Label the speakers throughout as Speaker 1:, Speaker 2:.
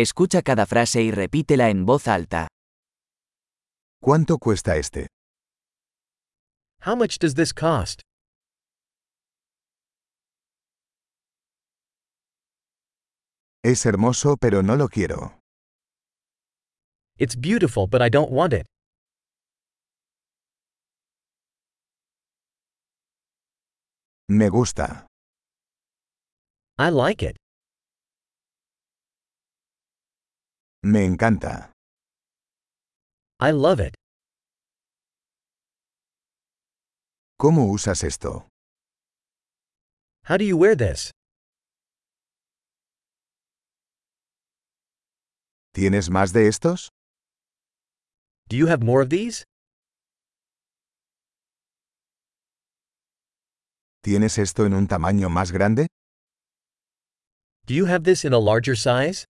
Speaker 1: Escucha cada frase y repítela en voz alta.
Speaker 2: ¿Cuánto cuesta este?
Speaker 3: How much does this cost?
Speaker 2: Es hermoso pero no lo quiero.
Speaker 3: It's beautiful but I don't want it.
Speaker 2: Me gusta.
Speaker 3: I like it.
Speaker 2: Me encanta.
Speaker 3: I love it.
Speaker 2: ¿Cómo usas esto?
Speaker 3: How do you wear this?
Speaker 2: ¿Tienes más de estos?
Speaker 3: Do you have more of these?
Speaker 2: ¿Tienes esto en un tamaño más grande?
Speaker 3: Do you have this in a larger size?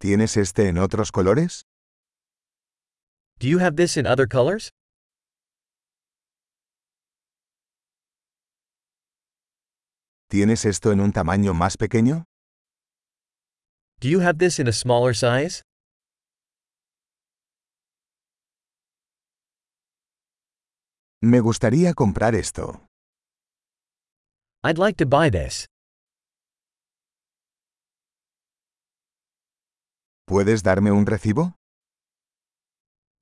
Speaker 2: ¿Tienes este en otros colores?
Speaker 3: Do you have this in other colors?
Speaker 2: ¿Tienes esto en un tamaño más pequeño?
Speaker 3: Do you have this in a smaller size?
Speaker 2: Me gustaría comprar esto.
Speaker 3: I'd like to buy this.
Speaker 2: ¿Puedes darme un recibo?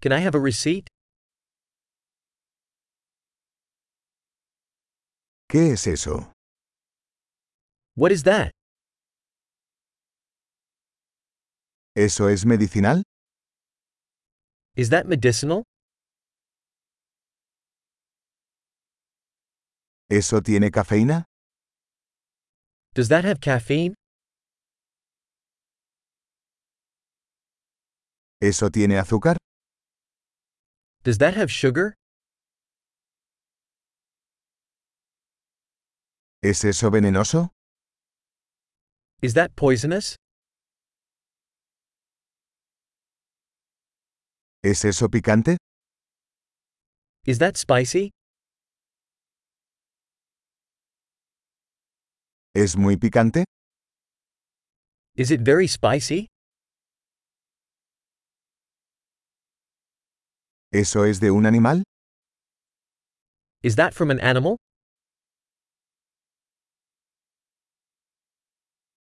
Speaker 3: Can I have a receipt?
Speaker 2: ¿Qué es eso?
Speaker 3: What is that?
Speaker 2: ¿Eso es medicinal?
Speaker 3: Is that medicinal?
Speaker 2: ¿Eso tiene cafeína?
Speaker 3: Does that have caffeine?
Speaker 2: ¿Eso tiene azúcar?
Speaker 3: Does that have sugar?
Speaker 2: ¿Es eso venenoso?
Speaker 3: Is that poisonous?
Speaker 2: ¿Es eso picante?
Speaker 3: Is that spicy?
Speaker 2: ¿Es muy picante?
Speaker 3: Is it very spicy?
Speaker 2: ¿Eso es de un animal?
Speaker 3: Is that from an animal?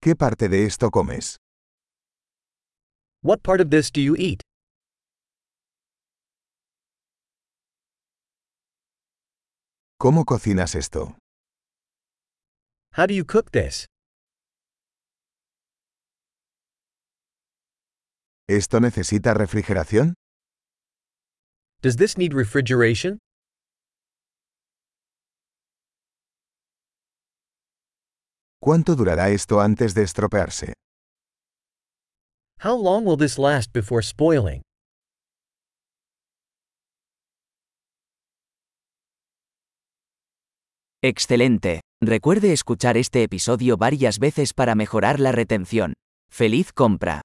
Speaker 2: ¿Qué parte de esto comes?
Speaker 3: What part of this do you eat?
Speaker 2: ¿Cómo cocinas esto?
Speaker 3: How do you cook this?
Speaker 2: ¿Esto necesita refrigeración?
Speaker 3: Does this need refrigeration?
Speaker 2: ¿Cuánto durará esto antes de estropearse?
Speaker 3: How long will this last before spoiling?
Speaker 1: Excelente. Recuerde escuchar este episodio varias veces para mejorar la retención. ¡Feliz compra!